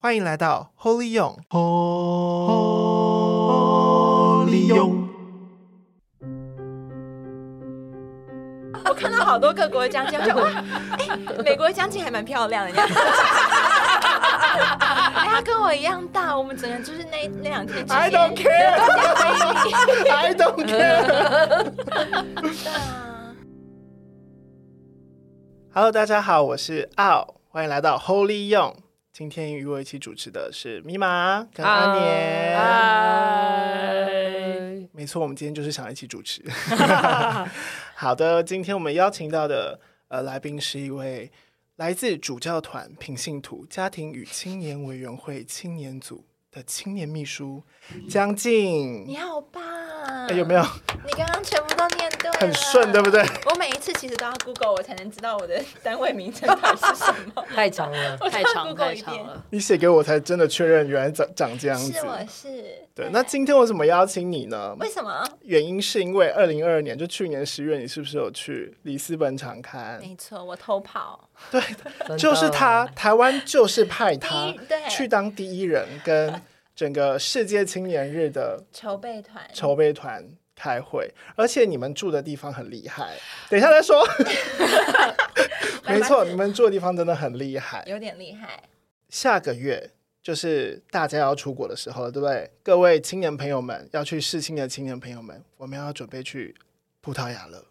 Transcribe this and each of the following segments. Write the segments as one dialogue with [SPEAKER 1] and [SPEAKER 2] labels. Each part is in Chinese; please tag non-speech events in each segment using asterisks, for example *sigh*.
[SPEAKER 1] 欢迎来到 Holy 用。
[SPEAKER 2] Holy 用，
[SPEAKER 3] 我看到好多各国的将军，我就哇，哎、美国的将军还蛮漂亮的， *laughs* 人家哎他跟我一样大，我们整个就是那那两天之
[SPEAKER 1] I don't
[SPEAKER 3] 间，
[SPEAKER 1] care. I don't care.
[SPEAKER 3] 啊
[SPEAKER 1] Hello，大家好，我是奥，欢迎来到 Holy 用。今天与我一起主持的是米玛跟阿年。
[SPEAKER 4] 啊嗨，
[SPEAKER 1] 没错，我们今天就是想一起主持。好的，今天我们邀请到的呃来宾是一位来自主教团平信徒家庭与青年委员会青年组的青年秘书江
[SPEAKER 3] 你
[SPEAKER 1] 静。
[SPEAKER 3] 好棒、啊
[SPEAKER 1] 哎有没有
[SPEAKER 3] 你刚刚全部都念对了，
[SPEAKER 1] 很顺，对不
[SPEAKER 3] *laughs*
[SPEAKER 1] 对？
[SPEAKER 3] 我每一次其实都要 Google 我才能知道我的单位名称到底是什
[SPEAKER 1] *laughs*
[SPEAKER 3] 么。
[SPEAKER 4] 太长了，
[SPEAKER 3] 我
[SPEAKER 4] 太
[SPEAKER 3] 要
[SPEAKER 4] 长
[SPEAKER 3] Google
[SPEAKER 4] 太
[SPEAKER 3] 一
[SPEAKER 4] 长
[SPEAKER 3] 遍
[SPEAKER 4] 了。
[SPEAKER 1] 你写给我才真的确认，原来长长这样子。
[SPEAKER 3] 是我是
[SPEAKER 1] 对，那今天为什么邀请你呢？
[SPEAKER 3] 为什么？
[SPEAKER 1] 原因是因为二零二二年，就去年十月，你是不是有去里斯本场刊？
[SPEAKER 3] 没错，我偷跑，
[SPEAKER 4] 真的
[SPEAKER 1] 就是他，台湾就是派
[SPEAKER 3] 第
[SPEAKER 1] 他
[SPEAKER 3] 一对
[SPEAKER 1] 去当第一人，跟整个世界青年日的
[SPEAKER 3] 筹备团，
[SPEAKER 1] 筹备团开会，而且你们住的地方很厉害，等一下再说。
[SPEAKER 3] *laughs*
[SPEAKER 1] *laughs* 没错，你们住的地方真的很厉害。
[SPEAKER 3] 有点厉害。
[SPEAKER 1] 下个月就是大家要出国的时候了，对不对？各位青年朋友们，要去试青的青年朋友们，我们要准备去葡萄牙了，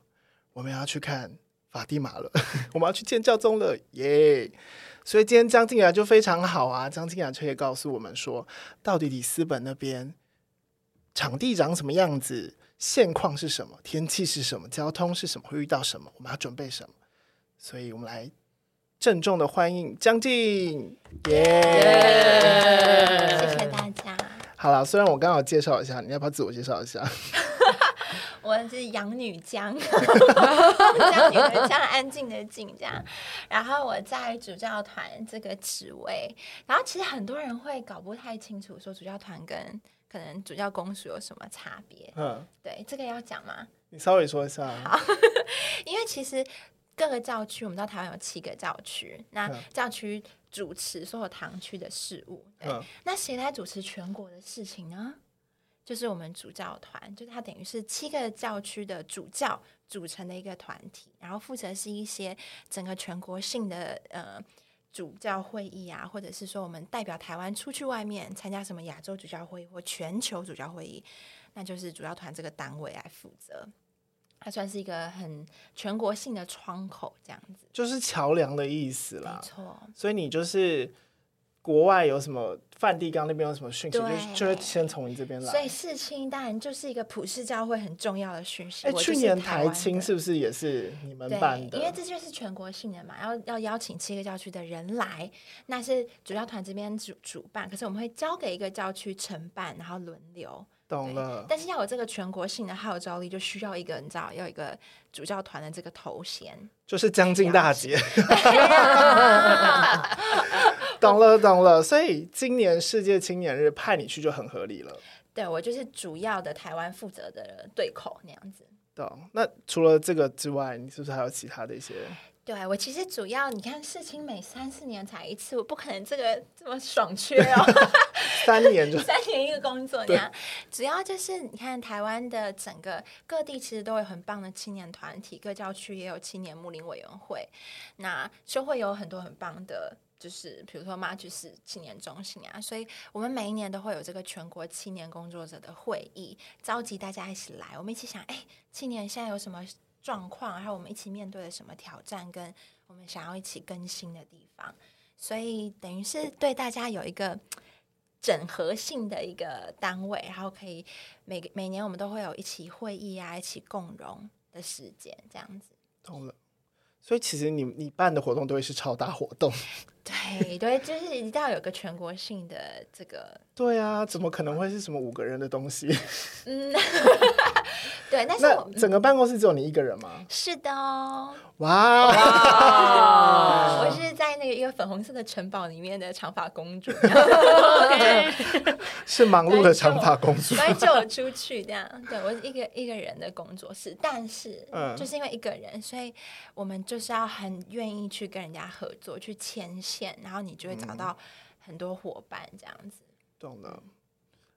[SPEAKER 1] 我们要去看法蒂玛了，我们要去见教宗了，耶、所以今天江静雅就非常好啊，江静雅却也告诉我们说，到底里斯本那边场地长什么样子，现况是什么，天气是什么，交通是什么，会遇到什么，我们要准备什么。所以我们来郑重的欢迎江静，耶、
[SPEAKER 3] 谢谢大家。
[SPEAKER 1] 好了，虽然我刚好介绍一下，你要不要自我介绍一下？
[SPEAKER 3] 我是养女江，江女的江，安静的静这样。然后我在主教团这个职位，然后其实很多人会搞不太清楚，说主教团跟可能主教公署有什么差别。
[SPEAKER 1] 嗯，
[SPEAKER 3] 对，这个要讲吗？
[SPEAKER 1] 你稍微说一下。啊
[SPEAKER 3] 因为其实各个教区，我们知道台湾有七个教区，那
[SPEAKER 1] 嗯
[SPEAKER 3] 教区主持所有堂区的事务。对，
[SPEAKER 1] 嗯
[SPEAKER 3] 那谁来主持全国的事情呢？就是我们主教团，就是它等于是七个教区的主教组成的一个团体，然后负责是一些整个全国性的呃主教会议啊，或者是说我们代表台湾出去外面参加什么亚洲主教会议或全球主教会议，那就是主教团这个单位来负责。它算是一个很全国性的窗口，这样子，
[SPEAKER 1] 就是桥梁的意思
[SPEAKER 3] 没
[SPEAKER 1] 啦。
[SPEAKER 3] 错，
[SPEAKER 1] 所以你就是国外有什么梵蒂冈那边有什么讯息，就
[SPEAKER 3] 对
[SPEAKER 1] 是就会先从你这边来。
[SPEAKER 3] 所以世青当然就是一个普世教会很重要的讯息。
[SPEAKER 1] 哎，
[SPEAKER 3] 我就
[SPEAKER 1] 去
[SPEAKER 3] 是
[SPEAKER 1] 年
[SPEAKER 3] 台湾
[SPEAKER 1] 台
[SPEAKER 3] 的
[SPEAKER 1] 青是不是也是你们办的？
[SPEAKER 3] 对，因为这就是全国性的嘛，要要邀请七个教区的人来，那是主教团这边主主办，可是我们会交给一个教区承办，然后轮流。
[SPEAKER 1] 懂
[SPEAKER 3] 对
[SPEAKER 1] 了，
[SPEAKER 3] 但是要有这个全国性的号召力，就需要一个你知道，要有一个主教团的这个头衔。
[SPEAKER 1] 就是将近大姐， *laughs* 懂了懂了。所以今年世界青年日派你去就很合理了。
[SPEAKER 3] 对我就是主要的台湾负责的对口那样子。
[SPEAKER 1] 懂。那除了这个之外，你是不是还有其他的一些？
[SPEAKER 3] 对我其实主要你看事情每三四年才一次，我不可能这个这么爽缺哦。
[SPEAKER 1] 三年就
[SPEAKER 3] 三年一个工作那样，主要就是你看台湾的整个各地其实都有很棒的青年团体，各教区也有青年牧林委员会，那就会有很多很棒的，就是比如说妈去市青年中心啊，所以我们每一年都会有这个全国青年工作者的会议，召集大家一起来，我们一起想，哎，青年现在有什么状况，然后我们一起面对了什么挑战，跟我们想要一起更新的地方。所以等于是对大家有一个整合性的一个单位，然后可以每个每年我们都会有一起会议啊，一起共荣的时间，这样子。
[SPEAKER 1] 懂了。所以其实你你办的活动都会是超大活动。 *laughs*
[SPEAKER 3] 对对，就是一定要有个全国性的这个，
[SPEAKER 1] 对啊，怎么可能会是什么五个人的东西？
[SPEAKER 3] 嗯，对，但是
[SPEAKER 1] 那
[SPEAKER 3] 我嗯
[SPEAKER 1] 整个办公室只有你一个人吗？
[SPEAKER 3] 是的哦，
[SPEAKER 1] 哇，
[SPEAKER 4] 啊
[SPEAKER 3] 我是在那个一个粉红色的城堡里面的长发公主，
[SPEAKER 4] *laughs*
[SPEAKER 1] 是忙碌的长发公主。
[SPEAKER 3] *laughs* 所以就我出去这样。对我是一个一个人的工作室，但是、
[SPEAKER 1] 嗯
[SPEAKER 3] 就是因为一个人，所以我们就是要很愿意去跟人家合作，去牵线，然后你就会找到很多伙伴这样子。
[SPEAKER 1] 懂了。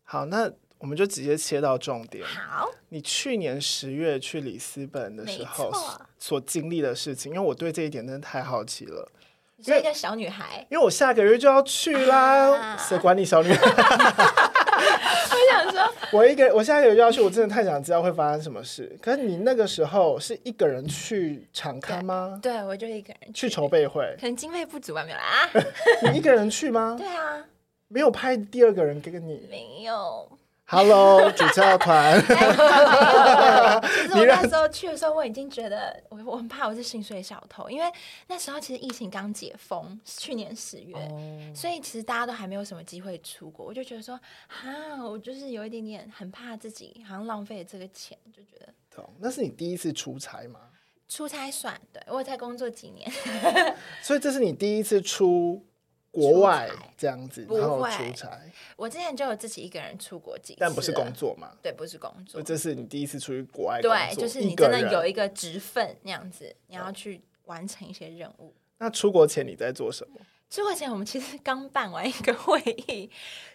[SPEAKER 1] 好，那我们就直接切到重点。
[SPEAKER 3] 好，
[SPEAKER 1] 你去年十月去里斯本的时候
[SPEAKER 3] 没错
[SPEAKER 1] 所经历的事情，因为我对这一点真的太好奇了。
[SPEAKER 3] 你是一个小女孩，
[SPEAKER 1] 因为我下个月就要去啦，
[SPEAKER 3] 啊
[SPEAKER 1] 谁管你小女孩？
[SPEAKER 3] 我想说，
[SPEAKER 1] 我一个人，我下个月就要去，我真的太想知道会发生什么事。可是你那个时候是一个人去场刊吗？
[SPEAKER 3] *laughs* 对我就一个人
[SPEAKER 1] 去筹备会，
[SPEAKER 3] 可能经费不足吧，没有啦。啊
[SPEAKER 1] *laughs* 你一个人去吗？
[SPEAKER 3] 对啊，
[SPEAKER 1] 没有派第二个人跟你。
[SPEAKER 3] 没有。
[SPEAKER 1] *laughs* Hello，主教团，
[SPEAKER 3] 其实我那时候去的时候，我已经觉得我我很怕我是薪水小偷，因为那时候其实疫情刚解封，去年十月，
[SPEAKER 4] 哦
[SPEAKER 3] 所以其实大家都还没有什么机会出国，我就觉得说，啊，我就是有一点点很怕自己好像浪费了这个钱，就觉得
[SPEAKER 1] 懂那是你第一次出差吗？
[SPEAKER 3] 出差算对，我才工作几年， *laughs*
[SPEAKER 1] 所以这是你第一次出国外
[SPEAKER 3] 出差
[SPEAKER 1] 这样子，
[SPEAKER 3] 不
[SPEAKER 1] 然后
[SPEAKER 3] 会
[SPEAKER 1] 出差，
[SPEAKER 3] 我之前就有自己一个人出国几次，
[SPEAKER 1] 但不是工，作嘛？
[SPEAKER 3] 对，不是工
[SPEAKER 1] 所
[SPEAKER 3] 作
[SPEAKER 1] 以，这是你第一次出去国外工
[SPEAKER 3] 对，
[SPEAKER 1] 作，
[SPEAKER 3] 就是你
[SPEAKER 1] 个
[SPEAKER 3] 真的
[SPEAKER 1] 人
[SPEAKER 3] 有一个职分那样子，你要去完成一些任务。
[SPEAKER 1] 那出国前你在做什么？
[SPEAKER 3] 出国前，我们其实刚办完一个会议，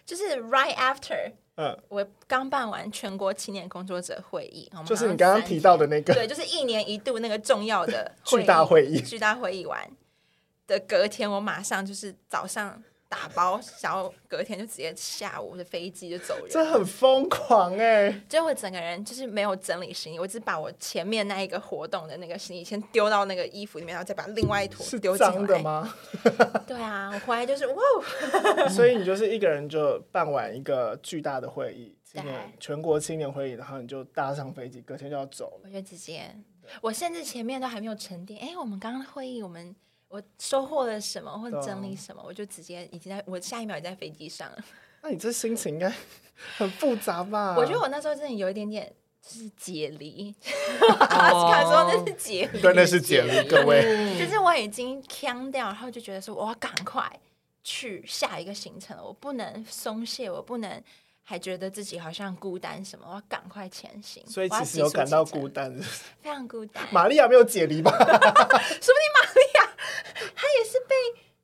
[SPEAKER 3] 就是 right after
[SPEAKER 1] 嗯，
[SPEAKER 3] 我刚办完全国青年工作者会议，我们
[SPEAKER 1] 就是
[SPEAKER 3] 好像
[SPEAKER 1] 你刚刚
[SPEAKER 3] 三
[SPEAKER 1] 提
[SPEAKER 3] 天
[SPEAKER 1] 到的那个
[SPEAKER 3] 对，就是一年一度那个重
[SPEAKER 1] *laughs*
[SPEAKER 3] 要的
[SPEAKER 1] 巨大会议
[SPEAKER 3] 巨大会议完的隔天，我马上就是早上打包，然后隔天就直接下午的飞机就走人，
[SPEAKER 1] 这很疯狂哎、
[SPEAKER 3] 就我整个人就是没有整理行李，我只把我前面那一个活动的那个行李先丢到那个衣服里面，然后再把另外一坨
[SPEAKER 1] 是
[SPEAKER 3] 丢进
[SPEAKER 1] 脏的
[SPEAKER 3] 来。
[SPEAKER 1] 吗？
[SPEAKER 3] 对啊，我回来就是哇， *laughs*
[SPEAKER 1] 所以你就是一个人就办完一个巨大的会议，青年
[SPEAKER 3] 对
[SPEAKER 1] 全国青年会议，然后你就搭上飞机，隔天就要走了。
[SPEAKER 3] 我就直接，我甚至前面都还没有沉淀。哎，我们刚刚会议，我们我收获了什么，或者
[SPEAKER 1] 啊
[SPEAKER 3] 整理什么，我就直接已经在我下一秒也在飞机上了。
[SPEAKER 1] 那你这心情应该很复杂吧？
[SPEAKER 3] 我觉得我那时候真的有一点点就是解离，他
[SPEAKER 4] 哦
[SPEAKER 3] 说那是解离，
[SPEAKER 1] 对，那是解离，各位。
[SPEAKER 3] 就是我已经腔掉，然后就觉得说我要赶快去下一个行程了，我不能松懈，我不能。还觉得自己好像孤单什么，我要赶快前行。
[SPEAKER 1] 所以
[SPEAKER 3] 我要
[SPEAKER 1] 其实
[SPEAKER 3] 挤
[SPEAKER 1] 有
[SPEAKER 3] 出
[SPEAKER 1] 感
[SPEAKER 3] 行
[SPEAKER 1] 到
[SPEAKER 3] 程
[SPEAKER 1] 孤，单。
[SPEAKER 3] 非常孤单。
[SPEAKER 1] 玛利亚没有解离吧？
[SPEAKER 3] *laughs* 说不定玛利亚她也是被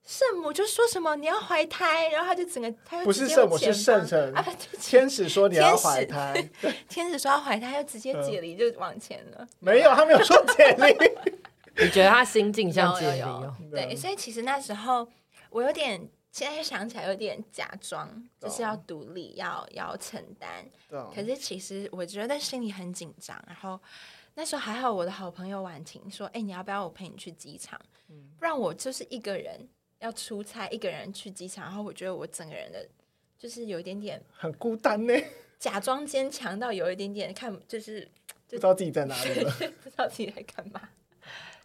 [SPEAKER 3] 圣母就说什么你要怀胎，然后她就整个她就
[SPEAKER 1] 不是
[SPEAKER 3] 直接
[SPEAKER 1] 圣母
[SPEAKER 3] 往前
[SPEAKER 1] 是圣
[SPEAKER 3] 方
[SPEAKER 1] 神 *laughs*
[SPEAKER 3] 啊，对不起
[SPEAKER 1] 天使说你要怀
[SPEAKER 3] 天使
[SPEAKER 1] 胎，
[SPEAKER 3] 天使说要怀胎，又
[SPEAKER 1] 嗯
[SPEAKER 3] 直接解离就往前了。
[SPEAKER 1] 没有，他没有说解
[SPEAKER 3] *laughs*
[SPEAKER 1] 离。
[SPEAKER 4] 你觉得他心境像
[SPEAKER 3] 有
[SPEAKER 4] 解离
[SPEAKER 3] 有
[SPEAKER 4] 哦？
[SPEAKER 3] 有
[SPEAKER 1] 嗯
[SPEAKER 3] 对，所以其实那时候我有点，现在想起来有点假装，就是要独立，要要承担。
[SPEAKER 1] 懂
[SPEAKER 3] 可是其实我觉得心里很紧张，然后那时候还好，我的好朋友婉婷说：“哎、你要不要我陪你去机场？
[SPEAKER 1] 嗯
[SPEAKER 3] 不然我就是一个人要出差，一个人去机场，然后我觉得我整个人的就是有一点点
[SPEAKER 1] 很孤单呢，
[SPEAKER 3] 假装坚强到有一点点看，就是
[SPEAKER 1] 不知道自己在哪里了。
[SPEAKER 3] 不知道自己在干嘛。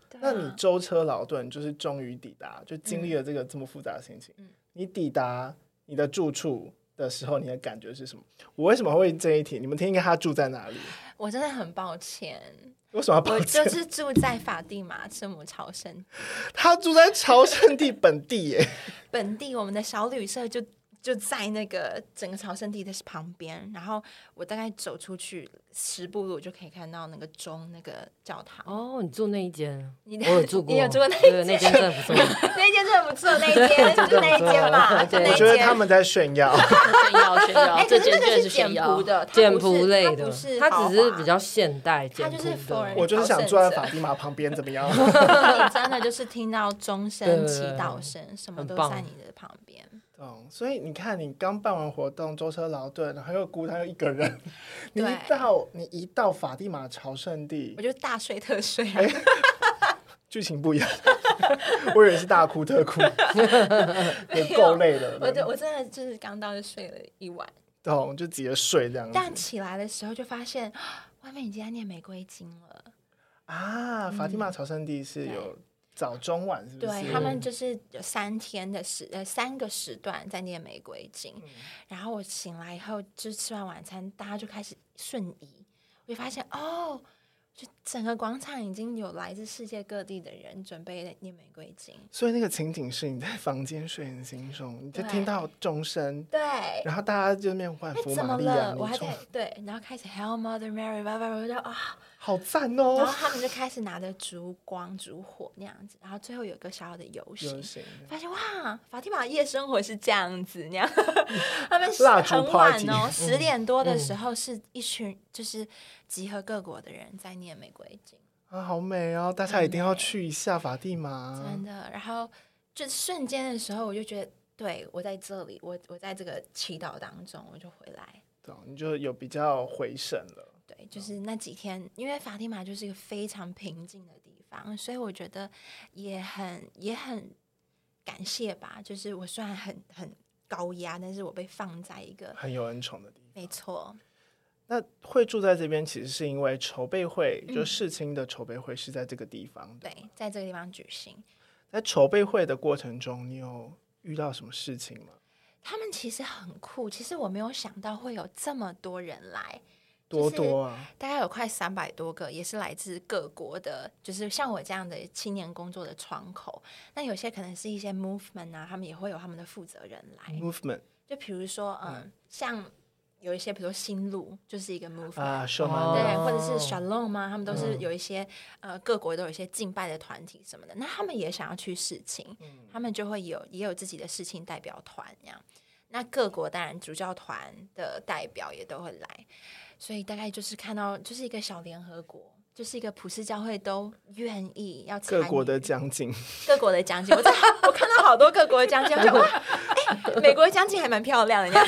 [SPEAKER 3] 对啊
[SPEAKER 1] 那你舟车劳顿，就是终于抵达，就经历了这个这么复杂的心情。
[SPEAKER 3] 嗯
[SPEAKER 1] 你抵达你的住处的时候，你的感觉是什么？我为什么会问这一题？你们听一下，他住在哪里？
[SPEAKER 3] 我真的很抱歉，
[SPEAKER 1] 为什么要抱
[SPEAKER 3] 我
[SPEAKER 1] 歉？
[SPEAKER 3] 就是住在法蒂玛圣母朝圣
[SPEAKER 1] *laughs* 他住在朝圣地本地
[SPEAKER 3] *laughs*
[SPEAKER 1] 耶，
[SPEAKER 3] 本地，我们的小旅社就就在那个整个朝圣地的旁边，然后我大概走出去十步路就可以看到那个钟那个教堂。
[SPEAKER 4] 哦，你住那一间，
[SPEAKER 3] 你
[SPEAKER 4] 我有住过，
[SPEAKER 3] 你有住过那
[SPEAKER 4] 对
[SPEAKER 3] 一
[SPEAKER 4] 那
[SPEAKER 3] 间
[SPEAKER 4] 间？真的不错。
[SPEAKER 3] *laughs* 那一间真的不错，那一间就那一间嘛，就
[SPEAKER 4] 对
[SPEAKER 3] 那
[SPEAKER 1] 我
[SPEAKER 3] 一
[SPEAKER 1] 觉得他
[SPEAKER 3] 间。
[SPEAKER 1] 们在炫耀。
[SPEAKER 5] 炫耀炫
[SPEAKER 3] 哎，
[SPEAKER 5] 耀，
[SPEAKER 3] 可
[SPEAKER 5] 这
[SPEAKER 3] 是
[SPEAKER 5] 件
[SPEAKER 3] 那
[SPEAKER 5] 真
[SPEAKER 3] 个
[SPEAKER 5] 的是
[SPEAKER 3] 简
[SPEAKER 5] 炫
[SPEAKER 3] 朴
[SPEAKER 5] 耀。
[SPEAKER 3] 的，它不是
[SPEAKER 4] 简朴类
[SPEAKER 3] 它
[SPEAKER 4] 的
[SPEAKER 3] 不是，
[SPEAKER 4] 它只是
[SPEAKER 3] 豪华
[SPEAKER 4] 比较现代简朴
[SPEAKER 3] 它就是
[SPEAKER 4] 的
[SPEAKER 3] foreign。
[SPEAKER 1] *laughs* 我就是想住在法蒂玛旁边，怎么样？
[SPEAKER 3] *laughs* 你真的就是听到钟声、祈祷声，什么都在你的旁边。
[SPEAKER 1] *laughs* 懂。所以你看，你刚办完活动，舟车劳顿，然后又孤单又一个人，你
[SPEAKER 3] 对
[SPEAKER 1] 一到你一到法蒂玛朝圣地
[SPEAKER 3] 我，就大睡特睡啊，
[SPEAKER 4] 哎
[SPEAKER 1] 剧情不一样， *laughs* 我以为是大哭特
[SPEAKER 3] *laughs*
[SPEAKER 1] 哭，也够累了。
[SPEAKER 3] 我就我真的就是刚到就睡了一晚，
[SPEAKER 1] 懂，就直接睡这样子
[SPEAKER 3] 但起来的时候就发现 *gasps* 啊外面已经在念玫瑰经了。
[SPEAKER 1] 啊。法蒂玛朝圣地是有早中晚，是不是？
[SPEAKER 3] 对他们就是有三天的时呃三个时段在念玫瑰经，
[SPEAKER 1] 嗯
[SPEAKER 3] 然后我醒来以后就吃完晚餐，大家就开始瞬移，我就发现哦，就整个广场已经有来自世界各地的人准备念玫瑰经。
[SPEAKER 1] 所以那个情景是你在房间睡很轻松，你就
[SPEAKER 3] 对
[SPEAKER 1] 听到钟声，
[SPEAKER 3] 对，
[SPEAKER 1] 然后大家就面万
[SPEAKER 3] 哎
[SPEAKER 1] 福
[SPEAKER 3] 怎
[SPEAKER 1] 玛
[SPEAKER 3] 么
[SPEAKER 1] 利亚，
[SPEAKER 3] 了？
[SPEAKER 1] 你
[SPEAKER 3] 我还
[SPEAKER 1] 冲
[SPEAKER 3] 在对，然后开始 Hail Mother Mary，叭叭叭，我就啊，
[SPEAKER 1] 好赞
[SPEAKER 3] 然后
[SPEAKER 1] 哦！
[SPEAKER 3] 他们就开始拿着烛光、烛火那样子，然后最后有一个小小的游
[SPEAKER 1] 游
[SPEAKER 3] 行，
[SPEAKER 1] 行
[SPEAKER 3] 发现哇，法蒂玛夜生活是这样子那样， *laughs* 他们
[SPEAKER 1] 嗯蜡烛
[SPEAKER 3] 很
[SPEAKER 1] party
[SPEAKER 3] 晚哦，十点多的
[SPEAKER 4] 嗯
[SPEAKER 3] 时候是一群就是集合各国的人在念玫瑰经，
[SPEAKER 1] 啊，好美哦！大家一定要去一下法蒂玛，
[SPEAKER 3] 真的，然后就瞬间的时候，我就觉得。对我在这里，我我在这个祈祷当中，我就回来。
[SPEAKER 1] 懂啊你就有比较回神了。
[SPEAKER 3] 对，就是那几天，因为法蒂玛就是一个非常平静的地方，所以我觉得也很也很感谢吧。就是我虽然很很高压，但是我被放在一个
[SPEAKER 1] 很有恩宠的地方。
[SPEAKER 3] 没错，
[SPEAKER 1] 那会住在这边，其实是因为筹备会，
[SPEAKER 3] 嗯
[SPEAKER 1] 就世青的筹备会是在这个地方的。
[SPEAKER 3] 对，在这个地方举行。
[SPEAKER 1] 在筹备会的过程中，你有遇到什么事情吗？
[SPEAKER 3] 他们其实很酷，其实我没有想到会有这么多人来，
[SPEAKER 1] 多多啊，
[SPEAKER 3] 大概有快三百多个，也是来自各国的，就是像我这样的青年工作的窗口。那有些可能是一些 movement 啊，他们也会有他们的负责人来。
[SPEAKER 1] movement
[SPEAKER 3] 就比如说，嗯，像有一些，比如说新路就是一个 movement，、
[SPEAKER 1] 啊，秀
[SPEAKER 4] 哦
[SPEAKER 1] 曼
[SPEAKER 3] 对，
[SPEAKER 1] 的
[SPEAKER 3] 或者是 Shalom 啊，他们都是
[SPEAKER 1] 嗯
[SPEAKER 3] 有一些、呃各国都有一些敬拜的团体什么的，那他们也想要去事情，
[SPEAKER 1] 嗯
[SPEAKER 3] 他们就会有也有自己的事情代表团这样。那各国当然主教团的代表也都会来，所以大概就是看到就是一个小联合国，就是一个普世教会都愿意要参
[SPEAKER 1] 各
[SPEAKER 3] 与
[SPEAKER 1] 国的将近，
[SPEAKER 3] 各国的将近，我真的 *laughs* 我看到好多各国的将近，我就哇，哎、美国的将近还蛮漂亮的，你 *laughs* 看。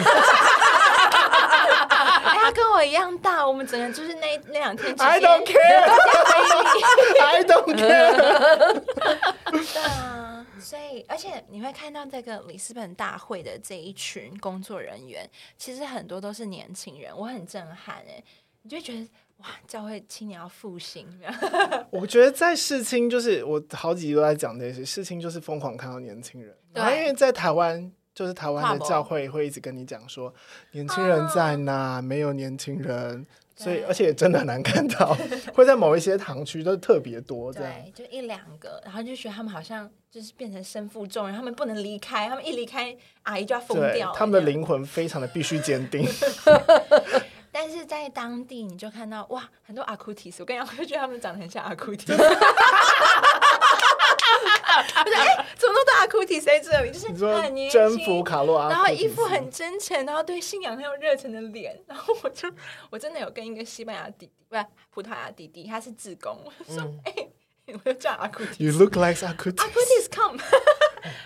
[SPEAKER 3] 哎，他跟我一样大，我们整个就是那那两天
[SPEAKER 1] I don't
[SPEAKER 3] *laughs*
[SPEAKER 1] *laughs* care，I don't care。
[SPEAKER 3] 对啊，所以而且你会看到这个里斯本大会的这一群工作人员，其实很多都是年轻人，我很震撼哎、你就会觉得哇，教会青年要复兴，
[SPEAKER 1] *laughs* 啊我觉得在世青，就是我好几集都在讲这些事情，就是疯狂看到年轻人。
[SPEAKER 3] 对
[SPEAKER 1] 然后因为在台湾，就是台湾的
[SPEAKER 3] 跨国
[SPEAKER 1] 教会会一直跟你讲说，年轻人在哪，没有年轻人。所以，
[SPEAKER 3] 对
[SPEAKER 1] 而且真的很难看到，会在某一些堂区都特别多这样。
[SPEAKER 3] 对，就一两个，然后就觉得他们好像就是变成身负重任，他们不能离开，他们一离开阿姨就要疯
[SPEAKER 1] 对
[SPEAKER 3] 掉，了。
[SPEAKER 1] 他们的
[SPEAKER 3] 这样
[SPEAKER 1] 灵魂非常的必须坚定。
[SPEAKER 3] 但是在当地你就看到哇，很多阿库提斯，我跟你讲，我就觉得他们长得很像阿库提斯。我就哎、怎么都对阿库提斯在这里，就
[SPEAKER 1] *laughs*
[SPEAKER 3] 是 *laughs*
[SPEAKER 1] 你说
[SPEAKER 3] 很年轻，
[SPEAKER 1] 征服卡洛阿，
[SPEAKER 3] 然后一副很真诚，然后对信仰很有热忱的脸，然后我就 *laughs* 我真的有跟一个西班牙弟弟，不是葡萄牙弟弟，他是志工，我说 *laughs* 哎、我就叫阿库提斯。
[SPEAKER 1] You look like 阿库提，
[SPEAKER 3] Akutis come. *laughs*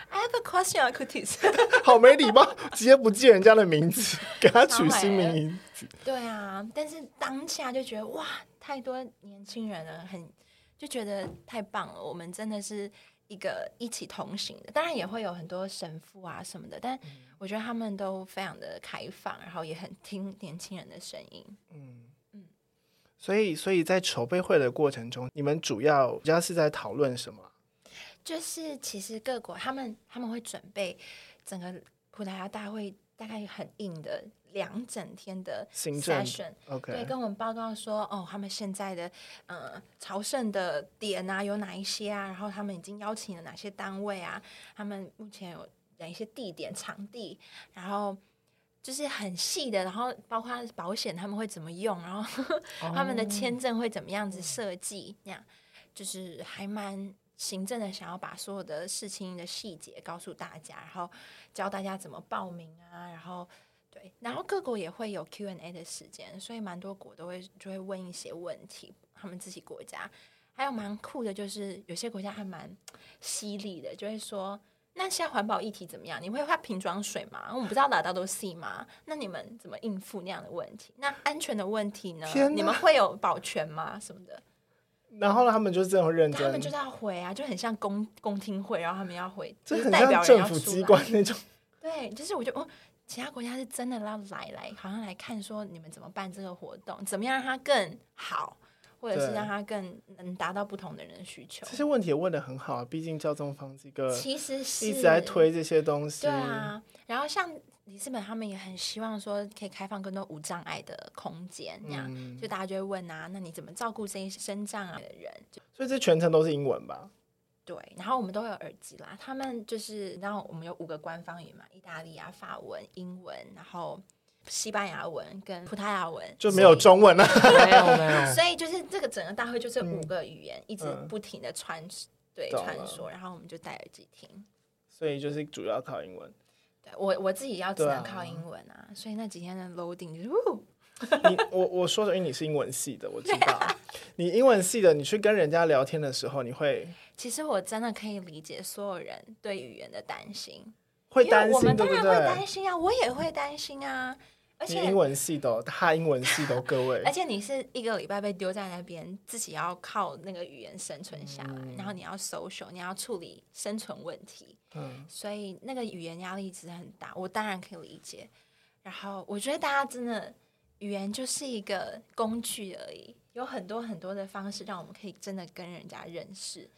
[SPEAKER 3] I have a question, Akutis.
[SPEAKER 1] 好没礼貌，直接不记人家的名字，给他取新名。
[SPEAKER 3] 对啊，但是当下就觉得哇，太多年轻人了，很就觉得太棒了。我们真的是一个一起同行的，当然也会有很多神父啊什么的，但我觉得他们都非常的开放，然后也很听年轻人的声音。
[SPEAKER 1] 所以，所以在筹备会的过程中，你们主要主要是在讨论什么？
[SPEAKER 3] 就是其实各国他们他们会准备整个葡萄牙大会大概很硬的两整天的
[SPEAKER 1] 行政
[SPEAKER 3] session，对，
[SPEAKER 1] OK，
[SPEAKER 3] 跟我们报告说，哦，他们现在的呃朝圣的点啊有哪一些啊，然后他们已经邀请了哪些单位啊，他们目前有哪一些地点、场地，然后就是很细的，然后包括保险他们会怎么用，然后 *laughs* 他们的签证会怎么样子设计，那样就是还蛮。行政的想要把所有的事情的细节告诉大家，然后教大家怎么报名啊，然后对，然后各国也会有 Q&A 的时间，所以蛮多国都会就会问一些问题，他们自己国家。还有蛮酷的，就是有些国家还蛮犀利的，就会说，那现在环保议题怎么样？你会喝瓶装水吗？我们不知道哪到都 C 吗？那你们怎么应付那样的问题？那安全的问题呢
[SPEAKER 1] 天？哪
[SPEAKER 3] 你们会有保全吗？什么的？
[SPEAKER 1] 然后呢，他们就这种认
[SPEAKER 3] 他们就是
[SPEAKER 1] 真，
[SPEAKER 3] 要回啊，就很像公公听会，然后他们要回，
[SPEAKER 1] 这
[SPEAKER 3] 就是
[SPEAKER 1] 很
[SPEAKER 3] 代
[SPEAKER 1] 像
[SPEAKER 3] 表人
[SPEAKER 1] 政
[SPEAKER 3] 要
[SPEAKER 1] 府
[SPEAKER 3] 出
[SPEAKER 1] 机
[SPEAKER 3] 来。
[SPEAKER 1] 关那
[SPEAKER 3] *laughs*
[SPEAKER 1] 种。
[SPEAKER 3] 对，就是我就哦，其他国家是真的要来来，好像来看说你们怎么办这个活动，怎么样让它更好，或者是
[SPEAKER 1] 对
[SPEAKER 3] 让它更能达到不同的人的需求
[SPEAKER 1] 这。些问题也问的很好啊，毕竟教宗方这个
[SPEAKER 3] 其实是
[SPEAKER 1] 一直在推这些东西。
[SPEAKER 3] 对啊，然后像里斯本他们也很希望说可以开放更多无障碍的空间，那样、
[SPEAKER 1] 嗯
[SPEAKER 3] 就大家就会问啊，那你怎么照顾这些身障碍的人？就
[SPEAKER 1] 所以这全程都是英文吧？
[SPEAKER 3] 对，然后我们都有耳机啦。他们就是，然后我们有五个官方语嘛，意大利啊、法文、英文，然后西班牙文跟葡萄牙文，
[SPEAKER 1] 就没有中文啊了。
[SPEAKER 4] 没有没有，
[SPEAKER 3] 所以就是这个整个大会就是五个语言一直
[SPEAKER 1] 嗯
[SPEAKER 3] 不停的穿、对
[SPEAKER 1] 懂
[SPEAKER 3] 穿
[SPEAKER 1] 了
[SPEAKER 3] 梭，然后我们就戴耳机听。
[SPEAKER 1] *laughs* 所以就是主要靠英文。
[SPEAKER 3] 对我我自己要只
[SPEAKER 1] 对
[SPEAKER 3] 能
[SPEAKER 1] 啊
[SPEAKER 3] 靠英文啊，所以那几天的 loading 就是呜，
[SPEAKER 1] 你我我说的，因为你是英文系的，我知道。 *laughs* 你英文系的，你去跟人家聊天的时候，你会
[SPEAKER 3] 其实我真的可以理解所有人对语言的担心，
[SPEAKER 1] 会
[SPEAKER 3] 因
[SPEAKER 1] 担
[SPEAKER 3] 为我
[SPEAKER 1] 心，
[SPEAKER 3] 们
[SPEAKER 1] 对
[SPEAKER 3] 当
[SPEAKER 1] 不
[SPEAKER 3] 然会担
[SPEAKER 1] 对？
[SPEAKER 3] 心啊，我也会担心啊，而
[SPEAKER 1] 你
[SPEAKER 3] 且
[SPEAKER 1] 英文系的哦，他英文系的哦，各位
[SPEAKER 3] 而。且你是一个礼拜被丢在那边，自己要靠那个语言生存下来，然后你要 social，你要处理生存问题，
[SPEAKER 1] 嗯，
[SPEAKER 3] 所以那个语言压力值很大，我当然可以理解。然后我觉得大家真的语言就是一个工具而已，有很多很多的方式让我们可以真的跟人家认识，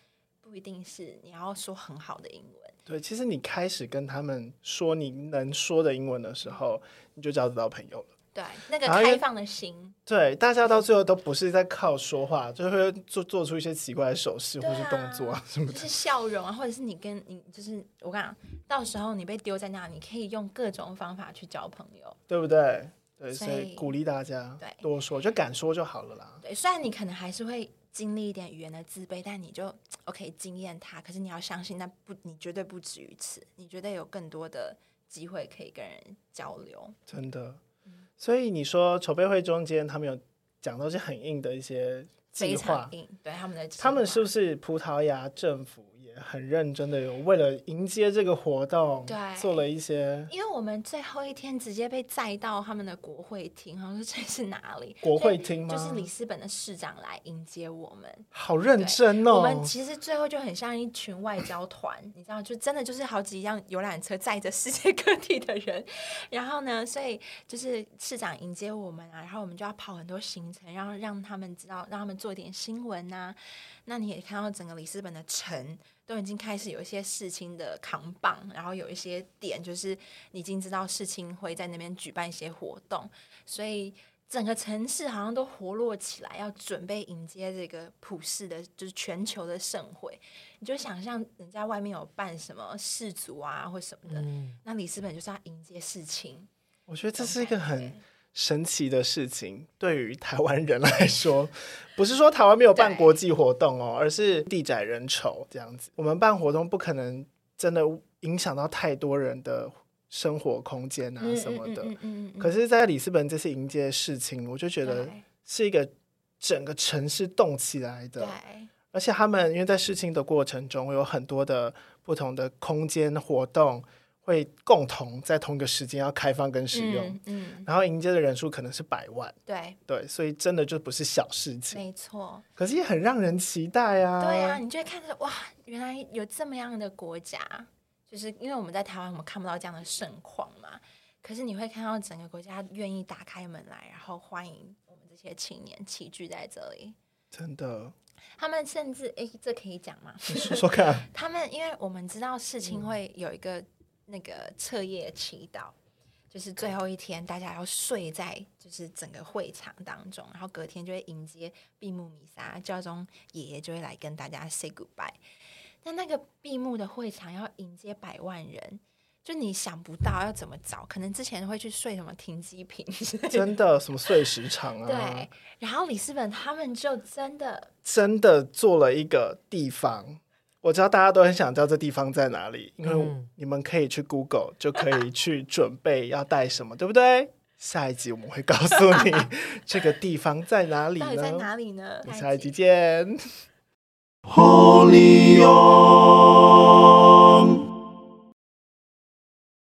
[SPEAKER 3] 不一定是你要说很好的英文。
[SPEAKER 1] 对，其实你开始跟他们说你能说的英文的时候，你就交得到朋友了。
[SPEAKER 3] 对，那个
[SPEAKER 1] 然后因为
[SPEAKER 3] 开放的心，
[SPEAKER 1] 对，大家到最后都不是在靠说话，就会做做出一些奇怪的手势
[SPEAKER 3] 对
[SPEAKER 1] 或
[SPEAKER 3] 啊
[SPEAKER 1] 是动作啊什么
[SPEAKER 3] 就
[SPEAKER 1] 的。
[SPEAKER 3] 是笑容啊，或者是你跟你就是我跟你讲，到时候你被丢在那，你可以用各种方法去交朋友。
[SPEAKER 1] 对不对？对，
[SPEAKER 3] 所
[SPEAKER 1] 所
[SPEAKER 3] 以
[SPEAKER 1] 以鼓励大家
[SPEAKER 3] 对
[SPEAKER 1] 多说，就敢说就好了啦。
[SPEAKER 3] 对，虽然你可能还是会经历一点语言的自卑，但你就 OK 经验它。可是你要相信，那不你绝对不止于此，你绝对有更多的机会可以跟人交流。
[SPEAKER 1] 真的。
[SPEAKER 3] 嗯
[SPEAKER 1] 所以你说筹备会中间他们有讲到一些很硬的一些
[SPEAKER 3] 非
[SPEAKER 1] 计
[SPEAKER 3] 常
[SPEAKER 1] 划，
[SPEAKER 3] 硬，对他们的计划，
[SPEAKER 1] 他们是不是葡萄牙政府也很认真的有为了迎接这个活动，
[SPEAKER 3] 对
[SPEAKER 1] 做了一些
[SPEAKER 3] 因为我们最后一天直接被载到他们的国会厅，好像说这是 *laughs* 哪里？
[SPEAKER 1] 国会厅吗？
[SPEAKER 3] 就是里斯本的市长来迎接我们。
[SPEAKER 1] 好认真
[SPEAKER 3] 我
[SPEAKER 1] 哦，
[SPEAKER 3] 们其实最后就很像一群外交团，你知道，就真的就是好几辆游览车载着世界各地的人，然后呢，所以就是市长迎接我们啊，然后我们就要跑很多行程，然后让他们知道，让他们做一点新闻啊呐、那你也看到整个里斯本的城都已经开始有一些事情的扛棒，然后有一些点就是你已经知道事情会在那边举办一些活动，所以整个城市好像都活络起来，要准备迎接这个普世的，就是全球的盛会。你就想象人家外面有办什么氏族啊或什么的，
[SPEAKER 4] 嗯，
[SPEAKER 3] 那里斯本就是要迎接事情。
[SPEAKER 1] 我觉得这是一个
[SPEAKER 3] 这种
[SPEAKER 1] 很
[SPEAKER 3] 感觉
[SPEAKER 1] 神奇的事情，对于台湾人来说，不是说台湾没有办国际活动哦，而是地窄人稠这样子。我们办活动不可能真的影响到太多人的生活空间啊
[SPEAKER 3] 嗯
[SPEAKER 1] 什么的。
[SPEAKER 3] 嗯嗯嗯嗯嗯
[SPEAKER 1] 可是，在里斯本这次迎接事情，我就觉得
[SPEAKER 3] 对
[SPEAKER 1] 是一个整个城市动起来的
[SPEAKER 3] 对，
[SPEAKER 1] 而且他们因为在事情的过程中，有很多的不同的空间活动会共同在同一个时间要开放跟使用，
[SPEAKER 3] 嗯嗯
[SPEAKER 1] 然后迎接的人数可能是百万，
[SPEAKER 3] 对，
[SPEAKER 1] 对，所以真的就不是小事情，
[SPEAKER 3] 没错。
[SPEAKER 1] 可是也很让人期待啊。
[SPEAKER 3] 对啊，，你就会看着哇，原来有这么样的国家，就是因为我们在台湾我们看不到这样的盛况嘛。可是你会看到整个国家愿意打开门来，然后欢迎我们这些青年齐聚在这里。
[SPEAKER 1] 真的，
[SPEAKER 3] 他们甚至诶，这可以讲吗？
[SPEAKER 1] 你说说
[SPEAKER 3] *laughs*
[SPEAKER 1] 看，
[SPEAKER 3] 他们因为我们知道事
[SPEAKER 1] 嗯
[SPEAKER 3] 情会有一个那个彻夜祈祷，就是最后一天大家要睡在就是整个会场当中，然后隔天就会迎接闭幕弥撒，教宗爷爷就会来跟大家 say goodbye。那那个闭幕的会场要迎接百万人。就你想不到要怎么找，可能之前会去睡什么停机坪之类的，
[SPEAKER 1] 真的什么碎石场啊，
[SPEAKER 3] 对。然后里斯本他们就真的
[SPEAKER 1] 真的做了一个地方。我知道大家都很想知道这地方在哪里，因为
[SPEAKER 4] 嗯
[SPEAKER 1] 你们可以去 Google 就可以去准备要带什么，对不对？下一集我们会告诉
[SPEAKER 3] *laughs*
[SPEAKER 1] 你这个地方在哪里
[SPEAKER 3] 到底在
[SPEAKER 1] 呢？
[SPEAKER 3] 哪里呢？
[SPEAKER 1] 我们下一集见。
[SPEAKER 2] Holy Yong.